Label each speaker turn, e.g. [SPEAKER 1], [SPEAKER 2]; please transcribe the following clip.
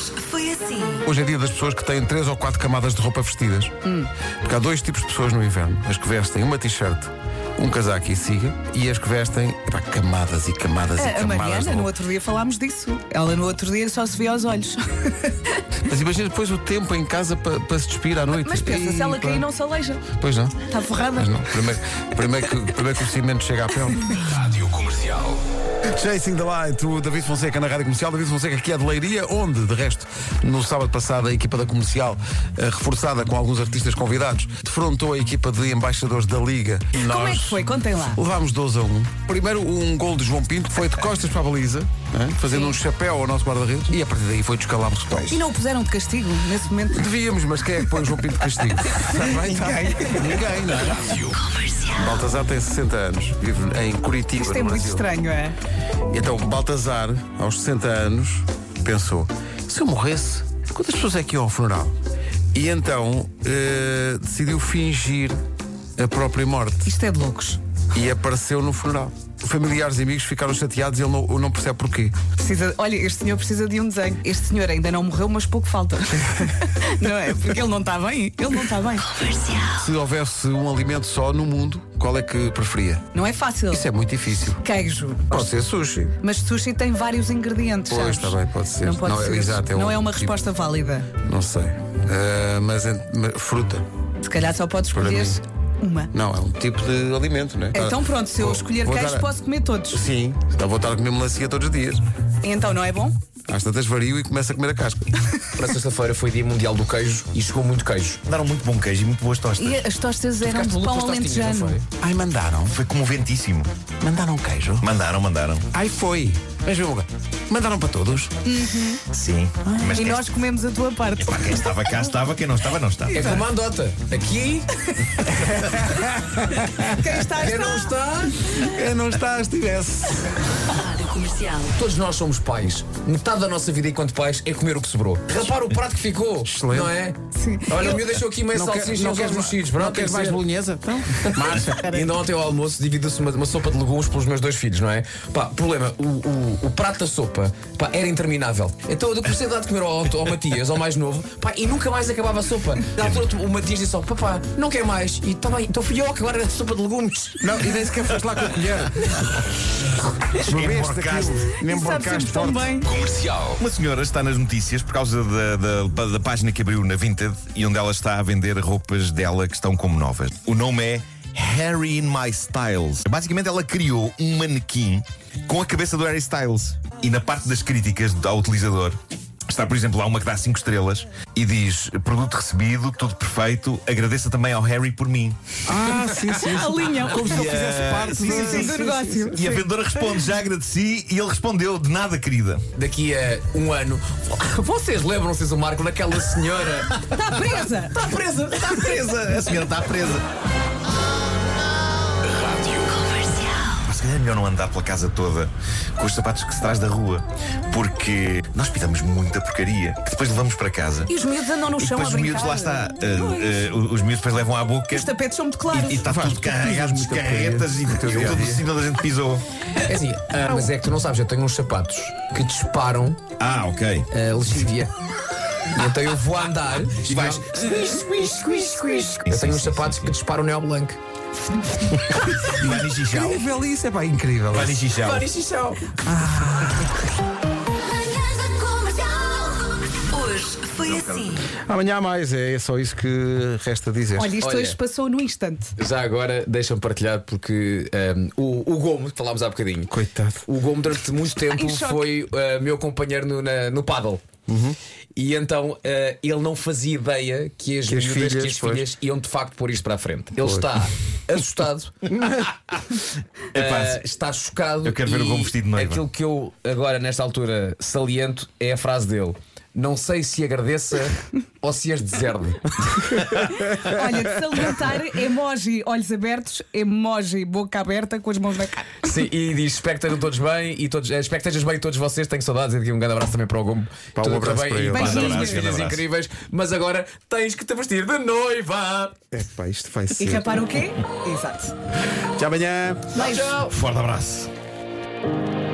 [SPEAKER 1] assim.
[SPEAKER 2] Hoje é dia das pessoas que têm três ou quatro camadas de roupa vestidas. Porque há dois tipos de pessoas no inverno: as que vestem uma t-shirt, um casaco e siga, e as que vestem epá, camadas e camadas e
[SPEAKER 1] É, A, a
[SPEAKER 2] camadas. de
[SPEAKER 1] Mariana, no
[SPEAKER 2] roupa.
[SPEAKER 1] outro dia falámos disso. Ela no outro dia só se via aos olhos.
[SPEAKER 2] Mas imagina depois o tempo em casa para se despir à noite.
[SPEAKER 1] Mas pensa, se ela cair, não se aleja.
[SPEAKER 2] Pois não.
[SPEAKER 1] Está ferrada.
[SPEAKER 2] Mas não. Primeiro, primeiro, que, primeiro que o cimento chega à pele.
[SPEAKER 3] Rádio Comercial.
[SPEAKER 2] Chasing the Light, o David Fonseca na Rádio Comercial. David Fonseca que é de Leiria, onde, de resto, no sábado passado, a equipa da Comercial, eh, reforçada com alguns artistas convidados, defrontou a equipa de embaixadores da Liga. E
[SPEAKER 1] Como é
[SPEAKER 2] nós
[SPEAKER 1] que foi? Contem lá.
[SPEAKER 2] Levámos 12 a 1. Primeiro, um gol de João Pinto foi de costas para a baliza, né, fazendo um chapéu ao nosso guarda-redes, e a partir daí foi descalabro total.
[SPEAKER 1] E não o puseram de castigo nesse momento?
[SPEAKER 2] Devíamos, mas quem é que põe o João Pinto de castigo? Ninguém. Ninguém, não é? Baltazar tem 60 anos, vive em Curitiba,
[SPEAKER 1] Isto
[SPEAKER 2] no
[SPEAKER 1] é muito
[SPEAKER 2] Brasil.
[SPEAKER 1] estranho, é?
[SPEAKER 2] Então, Baltazar, aos 60 anos, pensou: se eu morresse, quantas pessoas é que iam ao funeral? E então eh, decidiu fingir a própria morte
[SPEAKER 1] Isto é de loucos.
[SPEAKER 2] e apareceu no funeral. Familiares e amigos ficaram chateados e ele não, não percebe porquê.
[SPEAKER 1] Precisa, olha, este senhor precisa de um desenho. Este senhor ainda não morreu, mas pouco falta. não é? Porque ele não está bem. Ele não está bem.
[SPEAKER 2] Se houvesse um alimento só no mundo, qual é que preferia?
[SPEAKER 1] Não é fácil.
[SPEAKER 2] Isso é muito difícil.
[SPEAKER 1] Queijo.
[SPEAKER 2] Pode ser sushi.
[SPEAKER 1] Mas sushi tem vários ingredientes.
[SPEAKER 2] Pois,
[SPEAKER 1] sabes?
[SPEAKER 2] está bem, pode ser.
[SPEAKER 1] Não pode
[SPEAKER 2] Não, é-
[SPEAKER 1] ser.
[SPEAKER 2] exato, é
[SPEAKER 1] não
[SPEAKER 2] um
[SPEAKER 1] é uma
[SPEAKER 2] tipo-
[SPEAKER 1] resposta válida.
[SPEAKER 2] Não sei. Eh, mas, ent- mas fruta.
[SPEAKER 1] Se calhar só podes
[SPEAKER 2] Para
[SPEAKER 1] escolher uma.
[SPEAKER 2] Não, é um tipo de alimento, não é?
[SPEAKER 1] Então pronto, se eu
[SPEAKER 2] Vou-
[SPEAKER 1] escolher
[SPEAKER 2] vou
[SPEAKER 1] queijo,
[SPEAKER 2] dar a-
[SPEAKER 1] posso comer todos.
[SPEAKER 2] Sim, então vou estar a comer melancia todos os dias.
[SPEAKER 1] Então não é bom?
[SPEAKER 2] Às tantas vario e começo a comer a casca.
[SPEAKER 4] Na sexta-feira foi dia mundial do queijo e chegou muito queijo.
[SPEAKER 5] Mandaram muito bom queijo e muito boas tostas.
[SPEAKER 1] E as tostas eram
[SPEAKER 4] Ficaste
[SPEAKER 1] de
[SPEAKER 4] maluco
[SPEAKER 1] pão
[SPEAKER 4] com as tostinhas, não
[SPEAKER 1] alentejano.
[SPEAKER 2] Ai, mandaram.
[SPEAKER 5] Foi comoventíssimo.
[SPEAKER 2] Mandaram queijo.
[SPEAKER 5] Mandaram, mandaram.
[SPEAKER 2] Ai, foi. Mas vê uma coisa. Mandaram para todos.
[SPEAKER 5] Sim. Mas
[SPEAKER 1] Ah, E
[SPEAKER 5] quem,
[SPEAKER 1] nós comemos a tua parte.
[SPEAKER 5] pá, quem estava cá estava, quem não estava, não estava.
[SPEAKER 4] É como a andota. Aqui,
[SPEAKER 1] Quem está,
[SPEAKER 4] quem não
[SPEAKER 1] está.
[SPEAKER 4] está,
[SPEAKER 2] Eu não está, estivesse.
[SPEAKER 4] todos nós somos pais. Metade da nossa vida enquanto pais é comer o que sobrou. Repara o prato que ficou.
[SPEAKER 2] Excelente.
[SPEAKER 4] Não é?
[SPEAKER 1] Sim.
[SPEAKER 4] Olha, o meu deixou aqui meio
[SPEAKER 2] Não quer-
[SPEAKER 4] salsicha
[SPEAKER 2] não
[SPEAKER 4] e uns
[SPEAKER 2] queres
[SPEAKER 4] ovos
[SPEAKER 2] ma-
[SPEAKER 4] mexidos.
[SPEAKER 2] não queres mais bolonhesa?
[SPEAKER 4] Marcha. Ainda ontem ao almoço dividiu-se uma, uma sopa de legumes pelos meus dois filhos, não é? Pá, problema, o, o- o prato da sopa pá, era interminável. Então eu comecei a dar de comer ao, ao Matias, ao mais novo, pá, e nunca mais acabava a sopa. Na altura o Matias disse só, papá, não quer mais. E tá bem, então fui eu a acabar a sopa de legumes.
[SPEAKER 2] Não, e nem sequer foste lá com a colher. Bebeste
[SPEAKER 5] Emborcaste.
[SPEAKER 2] aquilo. Nem
[SPEAKER 1] Sabe sempre
[SPEAKER 2] emborcaste
[SPEAKER 1] tão
[SPEAKER 2] forte.
[SPEAKER 1] bem.
[SPEAKER 3] Comercial.
[SPEAKER 5] Uma senhora está nas notícias por causa da, da- da página que abriu na Vinted e onde ela está a vender roupas dela que estão como novas. O nome é Harry in My Styles. Basicamente, ela criou um manequim com a cabeça do Harry Styles. E na parte das críticas ao utilizador. Está, por exemplo, lá uma que dá 5 estrelas e diz: produto recebido, tudo perfeito, agradeça também ao Harry por mim. Eh,
[SPEAKER 2] Ah, sim, sim.
[SPEAKER 1] Alinham.
[SPEAKER 2] Como se eu fizesse parte
[SPEAKER 1] Sim, é. sim, do negócio.
[SPEAKER 5] E a vendedora responde: já agradeci, e ele respondeu: de nada, querida.
[SPEAKER 4] Daqui a um ano, vocês lembram-se do Marco daquela senhora?
[SPEAKER 1] Está presa.
[SPEAKER 4] Está presa!
[SPEAKER 5] Está presa, a senhora está presa. Pá, Se calhar é melhor não andar pela casa toda com os sapatos que se traz da rua, porque nós pitamos muita porcaria que depois levamos para casa.
[SPEAKER 1] E os miúdos andam no
[SPEAKER 5] E
[SPEAKER 1] chão a
[SPEAKER 5] depois os
[SPEAKER 1] brincar.
[SPEAKER 5] miúdos lá está, ah,
[SPEAKER 1] Pois.
[SPEAKER 5] ah, os miúdos depois levam à boca
[SPEAKER 1] Os tapetes são muito claros.
[SPEAKER 5] e, e está
[SPEAKER 2] Vasco, tu
[SPEAKER 5] tudo
[SPEAKER 2] pisas
[SPEAKER 5] carregado de
[SPEAKER 2] muita porcaria
[SPEAKER 5] carretas e,
[SPEAKER 2] no teu
[SPEAKER 5] e
[SPEAKER 2] dia a
[SPEAKER 5] todo o
[SPEAKER 2] dia.
[SPEAKER 5] sino da gente pisou.
[SPEAKER 4] É assim, ah, mas é que tu não sabes, eu tenho uns sapatos que disparam
[SPEAKER 5] Ah, ok.
[SPEAKER 4] a lexívia. E então eh, eu vou a andar e vais. Eu tenho uns sapatos que disparam o Neo Blanc.
[SPEAKER 5] E vai nichichal.
[SPEAKER 2] Incrível isso, é pá, incrível.
[SPEAKER 5] Vai nichichal.
[SPEAKER 4] é
[SPEAKER 6] Manhãs da Comercial. Hoje foi assim.
[SPEAKER 2] Amanhã há mais, é só isso que resta dizer.
[SPEAKER 1] Olha, isto
[SPEAKER 4] Olha.
[SPEAKER 1] hoje passou no instante.
[SPEAKER 4] Já agora deixa-me partilhar porque ahm, o, o Gomo, que falámos há bocadinho.
[SPEAKER 2] Coitado.
[SPEAKER 4] O Gomo durante muito tempo
[SPEAKER 1] Em choque.
[SPEAKER 4] foi ah, meu companheiro no, na- no paddle.
[SPEAKER 5] Uhum.
[SPEAKER 4] E então ah, ele não fazia ideia que as,
[SPEAKER 2] Que as
[SPEAKER 4] miúdas, que
[SPEAKER 2] filhas,
[SPEAKER 4] as filhas iam de facto pôr isto para a frente. Ele está assustado, ah,
[SPEAKER 5] Epá,
[SPEAKER 4] está chocado.
[SPEAKER 5] Eu quero ver o
[SPEAKER 4] e
[SPEAKER 5] Gomo vestido de noiva.
[SPEAKER 4] Aquilo que eu agora, nesta altura, saliento é a frase dele. Não sei se agradeça ou se as deserde.
[SPEAKER 1] Olha, de salientar, emoji, olhos abertos, emoji, boca aberta, com as mãos na cara.
[SPEAKER 4] Sim, e diz: espero que estejam todos bem e todos, eh, espero que estejam bem todos vocês. Tenho saudades e aqui um grande abraço também para o Gomo.
[SPEAKER 2] Pá, um
[SPEAKER 4] Tudo
[SPEAKER 2] abraço
[SPEAKER 4] bem
[SPEAKER 2] para
[SPEAKER 4] e
[SPEAKER 2] ele.
[SPEAKER 4] pá,
[SPEAKER 5] Beijinhos.
[SPEAKER 4] adoro as
[SPEAKER 5] Grande
[SPEAKER 4] filhas
[SPEAKER 5] abraço.
[SPEAKER 4] incríveis, mas agora tens que te vestir de noiva.
[SPEAKER 2] É pá, isto vai
[SPEAKER 1] E tá-
[SPEAKER 2] ser.
[SPEAKER 1] repara o quê? Exato.
[SPEAKER 2] Até amanhã.
[SPEAKER 1] Beijo.
[SPEAKER 5] Forte abraço.